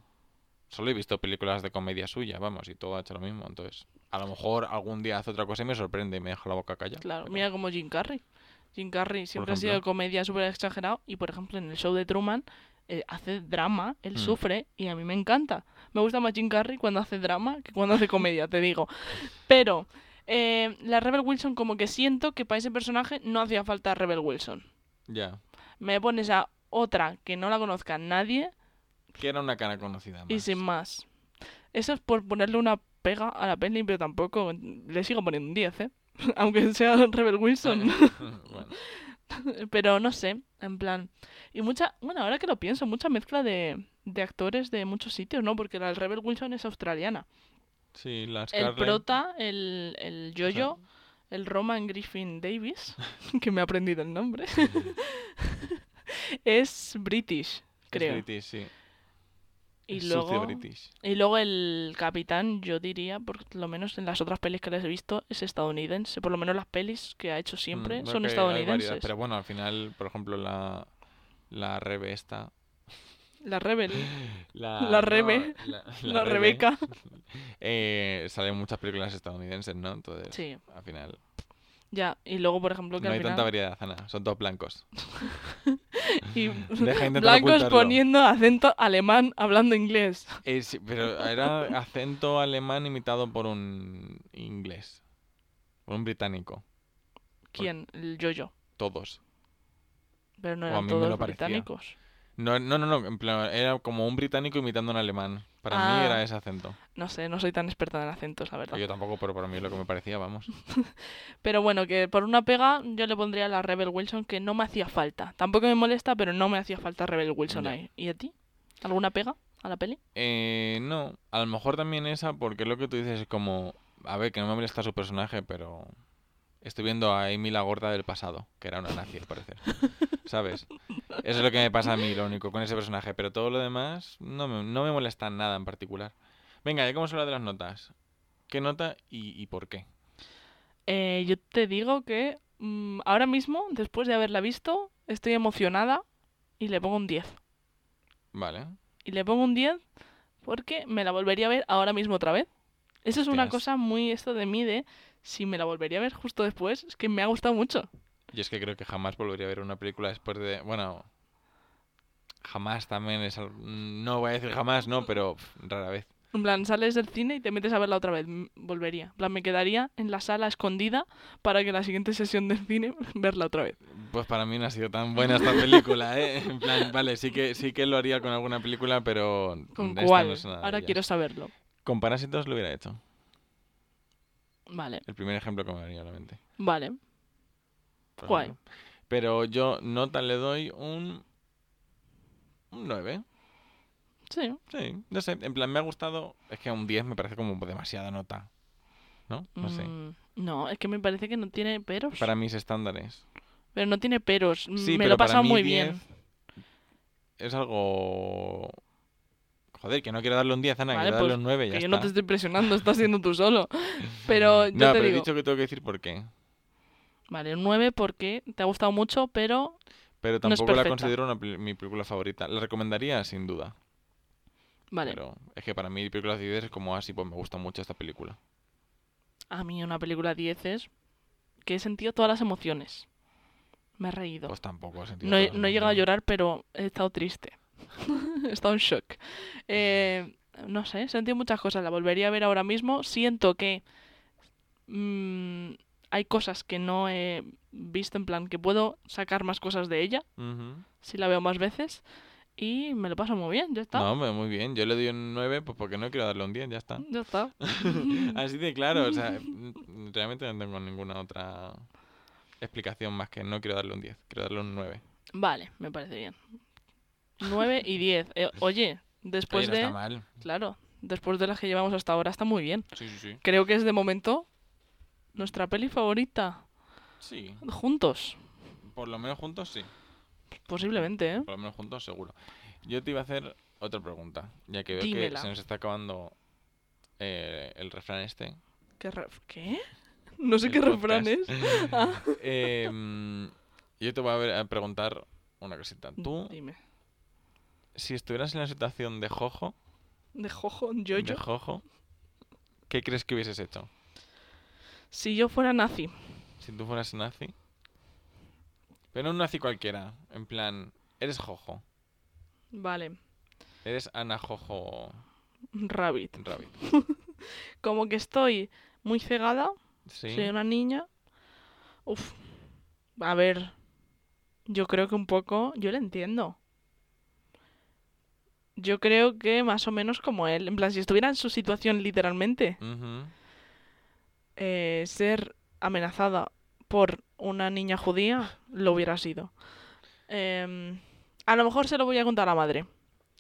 Solo he visto películas de comedia suya, vamos, y todo ha hecho lo mismo. Entonces, a lo mejor algún día hace otra cosa y me sorprende y me deja la boca callada.
Claro,
pero-
mira como Jim Carrey. Jim Carrey siempre ha
ejemplo.
sido comedia súper exagerado y, por ejemplo, en el show de Truman eh, hace drama, él
Mm.
sufre y a mí me encanta. Me gusta más Jim Carrey cuando hace drama que cuando hace comedia, te digo. Pero eh, la Rebel Wilson como que siento que para ese personaje no hacía falta Rebel Wilson.
Ya.
Me pones a otra que no la conozca nadie
Que era una cara conocida.
y
más.
sin más. Eso es por ponerle una pega a la peli, pero tampoco le sigo poniendo un 10, ¿eh? Aunque sea Rebel Wilson.
Bueno,
Pero no sé, en plan. Y mucha, bueno, ahora que lo pienso, mucha mezcla de, de actores de muchos sitios, ¿no? Porque la Rebel Wilson es australiana.
sí, la
El
Scarlett,
prota, el, el
o sea,
yoyo, el Roman Griffin Davis, que me ha aprendido el nombre, es british,
es
creo.
British, sí.
y,
Es sucio
luego,
British.
y luego el capitán, yo diría, por lo menos en las otras pelis que les he visto, es estadounidense. Por lo menos las pelis que ha hecho siempre
Mm,
son
creo que hay variedad,
estadounidenses.
pero bueno, al final, por ejemplo, la, la Rebe esta.
La Rebel,
La,
La Rebe.
La,
la,
Rebe,
Rebeca.
eh, sale en muchas películas estadounidenses, ¿no? Entonces,
Sí,
al final,
ya. Y luego, por ejemplo, que
no
al
hay
final...
tanta variedad, Ana. Son todos blancos.
Y
Deja de intentar
blancos
ocultarlo.
poniendo acento alemán hablando inglés.
Eh, sí, pero era acento alemán imitado por un inglés. Por un británico.
¿Quién? El yoyo.
Todos.
Pero no
O a
eran
mí me
todos
lo parecía.
británicos.
No, no, no, no, en plan, era como un británico imitando a un alemán. Para mí
Ah.
era ese acento.
No sé, no soy tan experta en acentos, la verdad.
Yo tampoco, pero para mí es lo que me parecía, vamos.
Pero bueno, que por una pega yo le pondría la Rebel Wilson, que no me hacía falta. Tampoco me molesta, pero no me hacía falta Rebel Wilson
Ya.
ahí. ¿Y a ti? ¿Alguna pega a la peli?
Eh, no, a lo mejor también esa, porque lo que tú dices es como, a ver, que no me molesta su personaje, pero estoy viendo a Amy la gorda del pasado, que era una nazi, al parecer. ¿Sabes? Eso es lo que me pasa a mí, lo único, con ese personaje, pero todo lo demás no me, no me molesta nada en particular. Venga, ya que hemos hablado de las notas, ¿qué nota y, y por qué?
Eh, yo te digo que mm, ahora mismo, después de haberla visto, estoy emocionada y le pongo un 10.
Vale.
Y le pongo un 10 porque me la volvería a ver ahora mismo otra vez. Eso es una
Hostias.
cosa muy esto de mí de si me la volvería a ver justo después, es que me ha gustado mucho.
Yo es que creo que jamás volvería a ver una película después de. Bueno. Jamás también es. al- No voy a decir jamás, no, pero pf, rara vez.
En plan, sales del cine y te metes a verla otra vez, mm, volvería. En plan, me quedaría en la sala escondida para que la siguiente sesión del cine verla otra vez.
Pues para mí no ha sido tan buena esta película, ¿eh? En plan, vale, sí que, sí que lo haría con alguna película, pero.
¿Con
esta
cuál?
no es una de
ahora
ellas.
quiero saberlo.
Con Parásitos lo hubiera hecho.
Vale,
El primer ejemplo que me venía a la mente.
vale.
por
Guay.
ejemplo. Pero yo nota le doy un. Un 9.
Sí,
Sí, no sé. En plan, me ha gustado. Es que un 10 me parece como demasiada nota. ¿No? No sé.
Mm, no, es que me parece que no tiene peros.
Para mis estándares.
Pero no tiene peros. Mm,
Sí,
me
pero
lo he
para
pasado
mí
muy
10
bien.
Es algo. Joder, que no quiero darle un 10, Ana,
Vale,
quiero
pues,
darle un 9. Ya
Que yo
está.
no te estoy presionando, estás siendo tú solo. Pero yo
No,
te
pero
digo.
he dicho que tengo que decir por qué.
Vale, un 9 porque te ha gustado mucho, pero
Pero
No es
tampoco la
perfecta.
considero una pel- mi película favorita. La recomendaría, sin duda.
vale,
Pero es que para mí, películas de 10 es como así, pues me gusta mucho esta película.
a mí una película 10 es que he sentido todas las emociones. Me he reído.
Pues tampoco he sentido
No he,
todas las
no he llegado a
emociones.
llorar, pero he estado triste. he estado en shock. Eh, no sé, he sentido muchas cosas. La volvería a ver ahora mismo. Siento que mm, hay cosas que no he visto, en plan que puedo sacar más cosas de ella
Ujú.
si la veo más veces. Y me lo paso muy bien, ya está.
No, hombre, muy bien. Yo le doy un 9, pues porque no quiero darle un 10, ya está.
Ya está.
Así de claro, o sea, mm, realmente no tengo ninguna otra explicación más que no quiero darle un 10, quiero darle un 9.
Vale, me parece bien. 9 y 10. Eh, oye, después
Oye, no
de.
está mal.
Claro, después de las que llevamos hasta ahora está muy bien.
Sí, sí, sí.
Creo que es de momento nuestra peli favorita.
Sí,
Juntos,
por lo menos juntos sí.
posiblemente, ¿eh?
Por lo menos juntos seguro. Yo te iba a hacer otra pregunta, ya que veo que
Dímela.
se nos está acabando eh, el refrán este.
¿Qué? ref- qué? No sé
el
qué
podcast.
refrán es. Ah.
Eh, mm, yo te voy a, ver- a preguntar una cosita. Tú,
Dime.
si estuvieras en la situación de Jojo,
¿De Jojo? ¿Yo,
de Jojo, ¿qué crees que hubieses hecho?
Si yo fuera nazi.
Si tú fueras nazi. Pero no un nazi cualquiera. En plan, eres Jojo.
Vale,
Eres Ana Jojo
Rabbit.
Rabbit.
Como que estoy muy cegada,
Sí.
soy una niña. Uf. A ver. Yo creo que un poco, yo le entiendo. Yo creo que más o menos como él. En plan, si estuviera en su situación literalmente,
Ujú.
eh, ser amenazada por una niña judía, lo hubiera sido. Em, a lo mejor se lo voy a contar a la madre.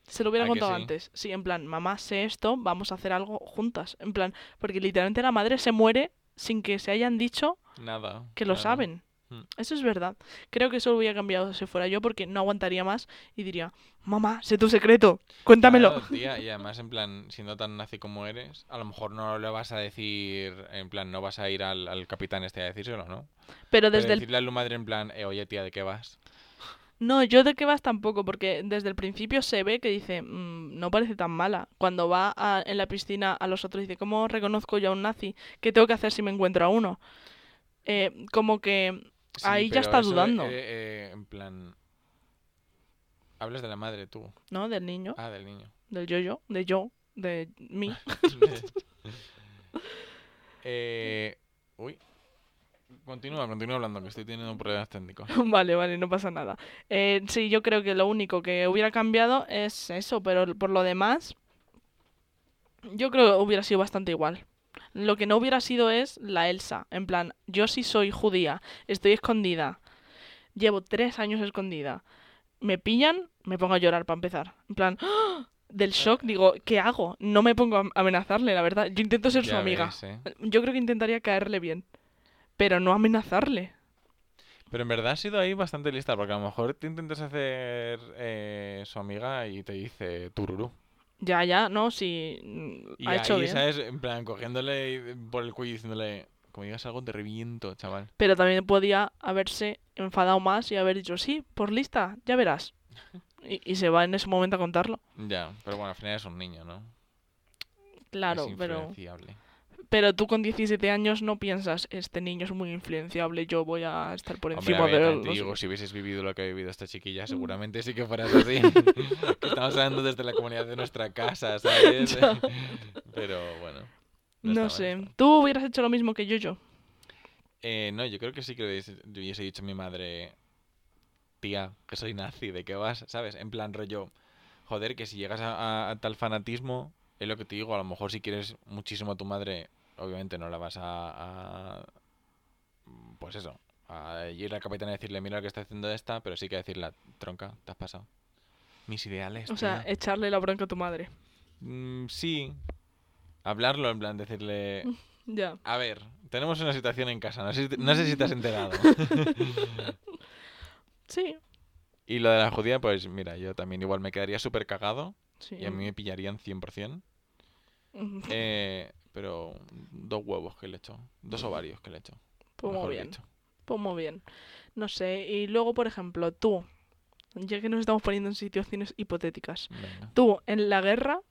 Se lo hubiera
¿A que
contado
sí?
antes. Sí, en plan, mamá, sé esto, vamos a hacer algo juntas. En plan, porque literalmente la madre se muere sin que se hayan dicho
Nada.
que lo
claro.
saben.
Mm.
Eso es verdad. Creo que eso lo hubiera cambiado si fuera yo porque no aguantaría más y diría, mamá, sé tu secreto, cuéntamelo.
Claro, tía, y además, en plan, siendo tan nazi como eres, a lo mejor no le vas a decir, en plan, no vas a ir al, al capitán este a decírselo, ¿no?
Pero
Pero
desde el...
decirle a tu madre, en plan, eh, oye, tía, ¿de qué vas?
No, yo de qué vas tampoco, porque desde el principio se ve que dice, "Mm, no parece tan mala. Cuando va a- en la piscina a los otros dice, ¿cómo reconozco yo a un nazi? ¿Qué tengo que hacer si me encuentro a uno? Eh, como que...
Sí,
Ahí ya
pero
está
eso,
dudando.
eh, eh, en plan, hablas de la madre tú.
¿No? Del niño,
Ah, del niño.
del yo-yo, de yo, de mí.
Eh, uy. Continúa, continúa hablando, que estoy teniendo problemas técnicos.
Vale, vale, no pasa nada. Eh, sí, yo creo que lo único que hubiera cambiado es eso, pero por lo demás, yo creo que hubiera sido bastante igual. Lo que no hubiera sido es la Elsa. En plan, yo sí soy judía, estoy escondida, llevo tres años escondida, me pillan, me pongo a llorar para empezar. En plan, ¡ah! del shock, digo, ¿qué hago? No me pongo a amenazarle, la verdad. Yo intento ser su
Ya
amiga.
ves, eh.
Yo creo que intentaría caerle bien, pero no amenazarle.
Pero en verdad has sido ahí bastante lista, porque a lo mejor te intentas hacer eh, su amiga y te dice tururú.
Ya, ya, no, si mm,
Y
ha hecho
ahí,
bien.
¿sabes? En plan, cogiéndole y- por el cuello y diciéndole, como digas algo, te reviento, chaval.
Pero también podía haberse enfadado más y haber dicho, sí, por lista, ya verás. Y, y se va en ese momento a contarlo.
Ya, pero bueno, al final es un niño, ¿no?
Claro,
es
pero,
influenciable.
pero tú con 17 años no piensas, este niño es muy influenciable, yo voy a estar por
Hombre, a
encima
ver,
de Mm.
también
él.
te
no sé
digo,
qué.
si hubieses vivido lo que ha vivido esta chiquilla, seguramente sí que fueras así. Que Estamos hablando desde la comunidad de nuestra casa, ¿sabes?
Ya.
Pero bueno.
No,
está mal,
sé,
está mal.
tú hubieras hecho lo mismo que yo, yo.
Eh, no, yo creo que sí que le hubiese, le hubiese dicho a mi madre, tía, que soy nazi, ¿de qué vas? ¿Sabes? En plan rollo, joder, que si llegas a, a- a tal fanatismo, es lo que te digo, a lo mejor si quieres muchísimo a tu madre, obviamente no la vas a... a- pues eso, a ir al capitán y decirle, mira lo que está haciendo esta, pero sí que decirle, tronca, te has pasado. Mis ideales.
O sea, eh
tía".
echarle la bronca a tu madre.
Mm, sí. Hablarlo, en plan, decirle,
Ya.
a ver, tenemos una situación en casa, no sé si te- no sé si te has enterado.
Sí,
Y lo de la judía, pues mira, yo también igual me quedaría súper cagado
sí.
y a mí me pillarían 100%.
mm,
Eh, pero dos huevos que le echo, dos ovarios que le echo.
pues muy
mejor
bien.
dicho.
Pues muy bien. No sé, y luego, por ejemplo, tú, ya que nos estamos poniendo en situaciones hipotéticas,
Venga.
tú en la guerra,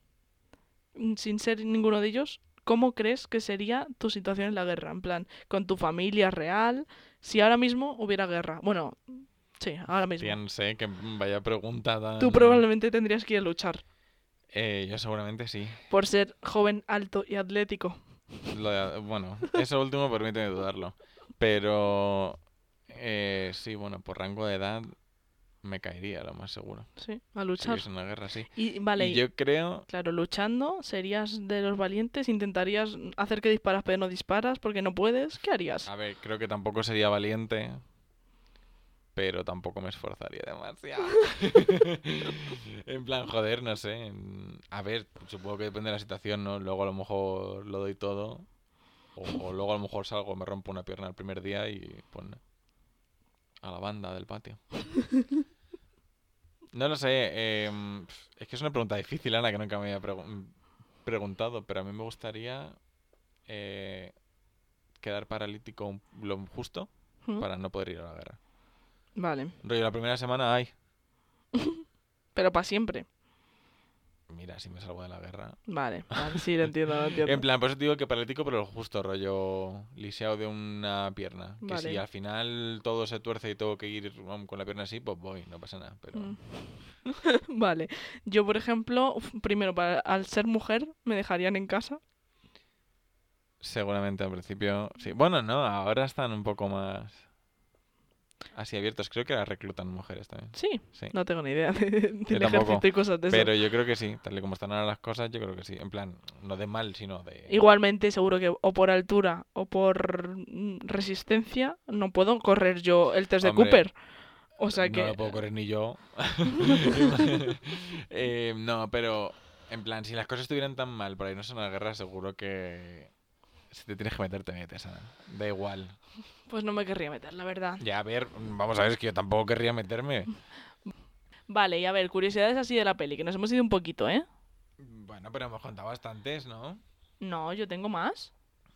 mm, sin ser ninguno de ellos, ¿cómo crees que sería tu situación en la guerra? En plan, con tu familia real, si ahora mismo hubiera guerra. Bueno, sí, ahora mismo.
Fíjense que vaya pregunta tan-
Pues Tú probablemente tendrías que ir a luchar
Eh, yo seguramente sí.
por ser joven, alto y atlético.
Lo de- bueno, eso último permíteme dudarlo. Pero eh, sí, bueno, por rango de edad me caería, lo más seguro.
Sí, a
Si
luchar.
hubiese una guerra así.
Y Pues vale,
Y
y-
yo creo
Claro, luchando serías de los valientes, intentarías hacer que disparas pero no disparas porque no puedes. ¿Qué harías?
A ver, creo que tampoco sería valiente, pero tampoco me esforzaría demasiado. en plan, joder, no sé. en- A ver, supongo que depende de la situación, ¿no? Luego a lo mejor lo doy todo. O, o luego a lo mejor salgo, me rompo una pierna el primer día y pues no. a la banda del patio. No lo sé. em, pf, es que es una pregunta difícil, Ana, que nunca me había pregun- preguntado, pero a mí me gustaría eh, quedar paralítico un- lo justo
¿Mm?
para no poder ir a la guerra.
Vale,
Rollo, la primera semana, ay,
pero para siempre.
mira, si me salgo de la guerra.
Vale, vale, sí, lo entiendo, lo entiendo.
En plan, por eso te digo que paralítico, pero lo justo, rollo liseado de una pierna. Que si
Vale.
al final todo se tuerce y tengo que ir um, con la pierna así, pues voy, no pasa nada. Pero
Mm. Vale, yo por ejemplo, uf, primero, para, al ser mujer, me dejarían en casa.
seguramente al principio, sí. Bueno, no, ahora están un poco más. así abiertos. Creo que ahora reclutan mujeres también.
Sí,
Sí.
no tengo ni idea de- del
tampoco,
ejército y cosas de eso.
Pero yo creo que sí, tal y como están ahora las cosas, yo creo que sí. En plan, no de mal, sino de...
Igualmente, seguro que o por altura o por mm, resistencia no puedo correr yo el test
Hombre,
de Cooper. O sea
No
que
lo puedo correr ni yo. Eh, no, pero en plan, si las cosas estuvieran tan mal por ahí, no son una guerra, seguro que si te tienes que meter, te metes. Ana. Da igual.
pues no me querría meter, la verdad.
Ya, a ver, vamos a ver, es que yo tampoco querría meterme.
Vale, y a ver, curiosidades así de la peli, que nos hemos ido un poquito, ¿eh?
Bueno, pero hemos contado bastantes, ¿no?
No, yo tengo más.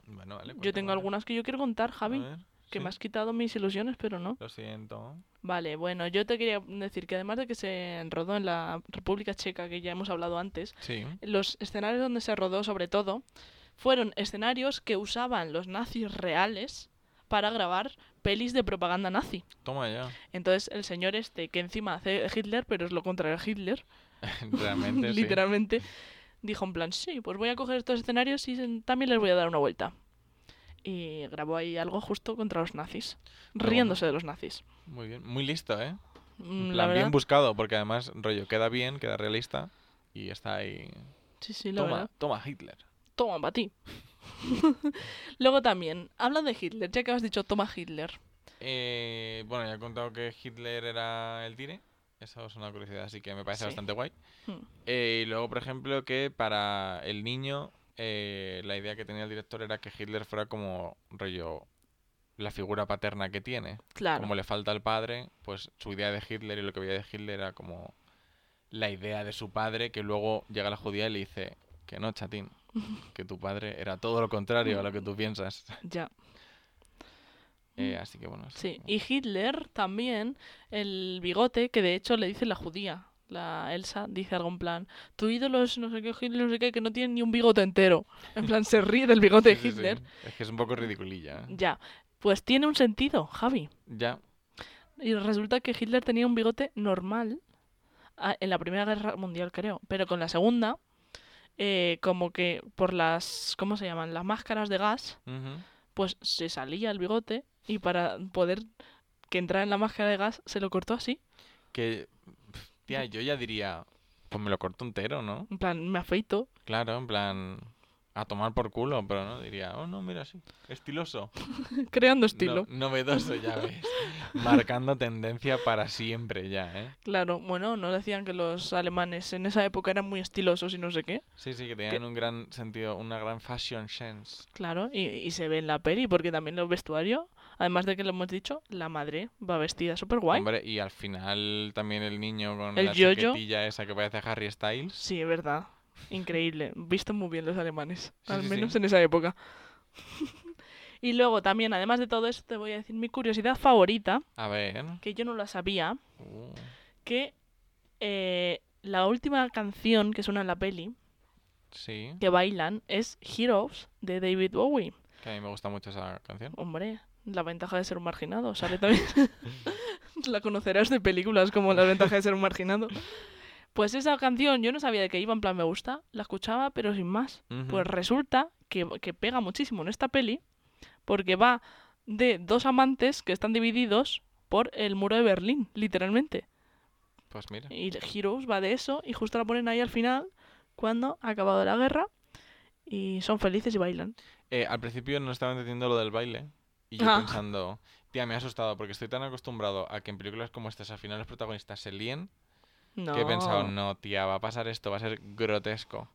Bueno, vale.
yo
cuenta,
tengo
vale.
algunas que yo quiero contar,
A
Javi,
ver,
que
sí,
me has quitado mis ilusiones, pero no.
Lo siento.
Vale, bueno, yo te quería decir que además de que se rodó en la República Checa, que ya hemos hablado antes,
Sí.
los escenarios donde se rodó sobre todo fueron escenarios que usaban los nazis reales para grabar pelis de propaganda nazi.
Toma ya.
Entonces el señor este, que encima hace Hitler, pero es lo contrario a Hitler,
Realmente, sí.
literalmente, dijo en plan, sí, pues voy a coger estos escenarios y se- también les voy a dar una vuelta. Y grabó ahí algo justo contra los nazis,
bueno.
riéndose de los nazis.
Muy bien. Muy listo, ¿eh?
Mm,
En
La
plan, bien
verdad,
buscado, porque además, rollo, queda bien, queda realista y está ahí.
sí, sí, la verdad.
Toma, toma Hitler.
Toma, para ti. Luego también, habla de Hitler, ya que has dicho toma Hitler.
Eh, bueno, ya he contado que Hitler era el tire. Eso es una curiosidad, así que me parece
Sí.
bastante guay.
Hmm.
Eh, y luego, por ejemplo, que para el niño, eh, la idea que tenía el director era que Hitler fuera como rollo la figura paterna que tiene.
Claro.
Como le falta al padre, pues su idea de Hitler y lo que veía de Hitler era como la idea de su padre, que luego llega la judía y le dice que no, chatín, que tu padre era todo lo contrario a lo que tú piensas.
Ya,
Eh, así que bueno. eso
Mm. sí.
como-
Y Hitler también, el bigote, que de hecho le dice la judía, la Elsa, dice algo en plan, tu ídolo es no sé qué Hitler, no sé qué, que no tiene ni un bigote entero. En plan, se ríe del bigote
Sí,
de
sí, sí.
Hitler.
Es que es un poco ridiculilla. ¿eh?
Ya, pues tiene un sentido, Javi.
Ya.
Y resulta que Hitler tenía un bigote normal a- en la Primera Guerra Mundial, creo. Pero con la Segunda, eh, como que por las, ¿cómo se llaman? Las máscaras de gas,
Ujú.
pues se salía el bigote y para poder que entrara en la máscara de gas se lo cortó así.
Que, pf, tía, yo ya diría, pues me lo corto entero, ¿no?
En plan, me afeito.
Claro, en plan, a tomar por culo, pero no, diría, oh, no, mira, sí, estiloso.
Creando
No-
estilo.
novedoso, ya ves. Marcando tendencia para siempre ya, ¿eh?
Claro, bueno, no decían que los alemanes en esa época eran muy estilosos y no sé qué.
Sí, sí, que tenían un gran sentido, una gran fashion sense.
Claro, y, y se ve en la peli porque también los vestuarios, además de que lo hemos dicho, la madre va vestida súper guay.
Hombre, y al final también el niño con
El
la
yo-yo.
chaquetilla esa que parece Harry Styles.
Sí, es verdad. Increíble. Visten muy bien los alemanes.
Sí,
al
sí,
menos
sí.
en esa época. y luego también, además de todo eso, te voy a decir mi curiosidad favorita,
A ver.
que yo no la sabía,
uh,
que eh, la última canción que suena en la peli,
sí,
que bailan, es Heroes de David Bowie.
que a mí me gusta mucho esa canción.
Hombre, la ventaja de ser un marginado, sale también. la conocerás de películas como La ventaja de ser un marginado. Pues esa canción, yo no sabía de qué iba, en plan me gusta, la escuchaba, pero sin más.
Ujú.
Pues resulta que, que pega muchísimo en esta peli, porque va de dos amantes que están divididos por el muro de Berlín, literalmente.
Pues mira.
Y Heroes va de eso, y justo la ponen ahí al final, cuando ha acabado la guerra, y son felices y bailan.
Eh, al principio no estaba entendiendo lo del baile. Y yo
Ah.
pensando, tía, me ha asustado porque estoy tan acostumbrado a que en películas como estas al final los protagonistas se líen
No.
que he pensado, no, tía, va a pasar esto, va a ser grotesco.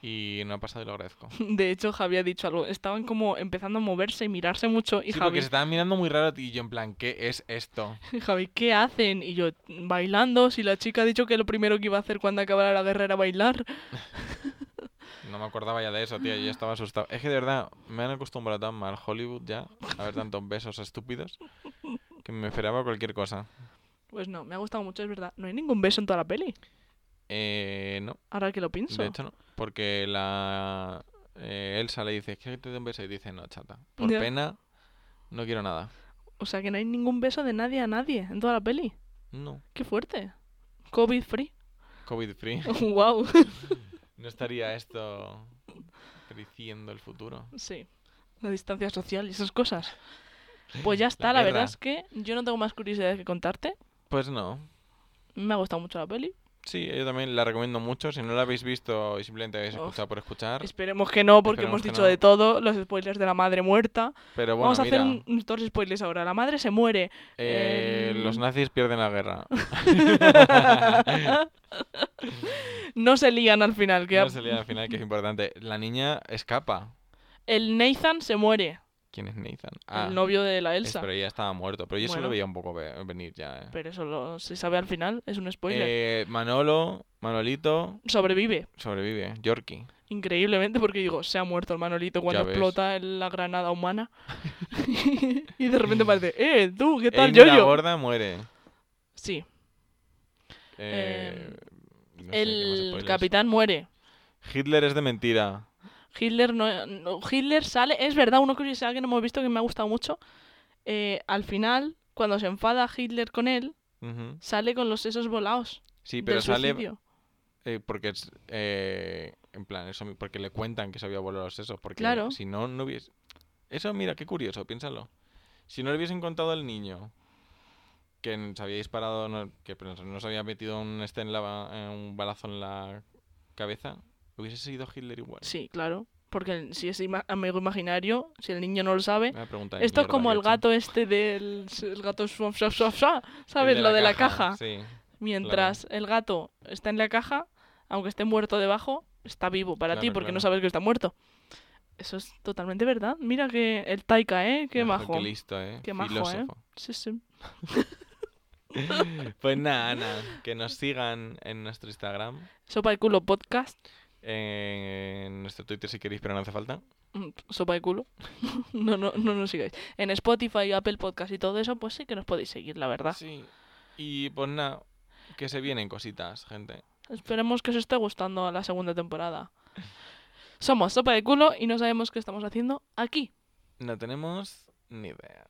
Y no ha pasado y lo agradezco.
De hecho, Javi ha dicho algo. Estaban como empezando a moverse y mirarse mucho. Y
Sí,
Javi,
porque se estaban mirando muy raro y yo en plan, ¿qué es esto?
y Javi, ¿qué hacen? Y yo, bailando. Si la chica ha dicho que lo primero que iba a hacer cuando acabara la guerra era bailar.
No me acordaba ya de eso, tía, yo ya estaba asustado. Es que de verdad, me han acostumbrado tan mal Hollywood ya a ver tantos besos estúpidos que me esperaba cualquier cosa.
Pues no, me ha gustado mucho, es verdad. No hay ningún beso en toda la peli.
Eh, no.
Ahora que lo pienso.
De hecho, no. Porque la eh, Elsa le dice, ¿quieres que te dé un beso? Y dice, no, chata. Por
Ya.
pena, no quiero nada.
O sea, que no hay ningún beso de nadie a nadie en toda la peli.
No,
Qué fuerte. COVID free.
COVID free.
wow.
No estaría esto diciendo el futuro.
sí. La distancia social y esas cosas. Pues ya está, la,
La
verdad
guerra.
es que yo no tengo más curiosidades que contarte.
Pues no.
Me ha gustado mucho la peli.
Sí, yo también la recomiendo mucho. Si no la habéis visto y simplemente habéis
Uf.
escuchado por escuchar.
Esperemos que no, porque
Esperemos
hemos
que
dicho
no.
de todo, los spoilers de la madre muerta.
Pero bueno,
Vamos a hacer
mira,
un- unos dos spoilers ahora. La madre se muere.
eh,
em,
los nazis pierden la guerra.
no se lían al final. Que
no
ya-
se lía al final, que es importante. La niña escapa.
El Nathan se muere,
¿Quién es Nathan? Ah,
el novio de la
es-
Elsa.
pero ella estaba muerto. Pero yo eso
Bueno.
lo veía un poco ve- venir ya. eh.
Pero eso lo- se sabe al final, es un spoiler.
Eh, Manolo, Manolito,
Sobrevive,
sobrevive. Yorkie.
increíblemente, porque digo, se ha muerto el Manolito cuando
Ya ves.
explota el- la granada humana. y de repente parece, eh, tú, ¿qué tal,
Amy la
Yoyo?
gorda muere.
Sí,
Eh, no sé, ¿qué más
Em, el
spoilers?
capitán muere.
Hitler es de mentira.
Hitler no, no- Hitler sale, es verdad, una curiosidad que no hemos visto que me ha gustado mucho. eh, al final, cuando se enfada Hitler con él,
Ujú.
sale con los sesos volados.
Sí, pero
del
sale
suicidio.
eh, porque es. eh, en plan, eso, porque le cuentan que se había volado los sesos. Porque
Claro.
si no, no hubiese. Eso, mira, qué curioso, piénsalo. Si no le hubiesen contado al niño que n- se había disparado, no- que pero no se había metido un, este en la ba- eh, un balazo en la cabeza, hubiese sido Hitler igual.
Sí, claro. Porque el- si es ima- amigo imaginario, si el niño no lo sabe,
Una pregunta de
Esto es
mierda
como
que he
el
hecho.
gato este del el gato suaf, suaf, suaf, suaf,
El
¿sabes? lo de la caja.
Sí.
Mientras el gato está en la caja, aunque esté muerto debajo, está vivo para ti
Claro,
porque
claro.
no sabes que está muerto. Eso es totalmente verdad. Mira que el Taika, ¿eh? Qué
Ojo,
majo.
Qué listo, ¿eh?
Qué majo, ¿eh?
Filósofo.
Sí, sí. ¿eh?
Pues nada, nada, que nos sigan en nuestro Instagram,
Sopa de culo podcast.
en nuestro Twitter si queréis, pero no hace falta.
Mm, Sopa de culo. no, no, no nos sigáis. En Spotify, Apple Podcast y todo eso, pues sí que nos podéis seguir, la verdad.
Sí. Y pues nada, que se vienen cositas, gente.
Esperemos que os esté gustando la segunda temporada. Somos Sopa de Culo y no sabemos qué estamos haciendo aquí.
No tenemos ni idea.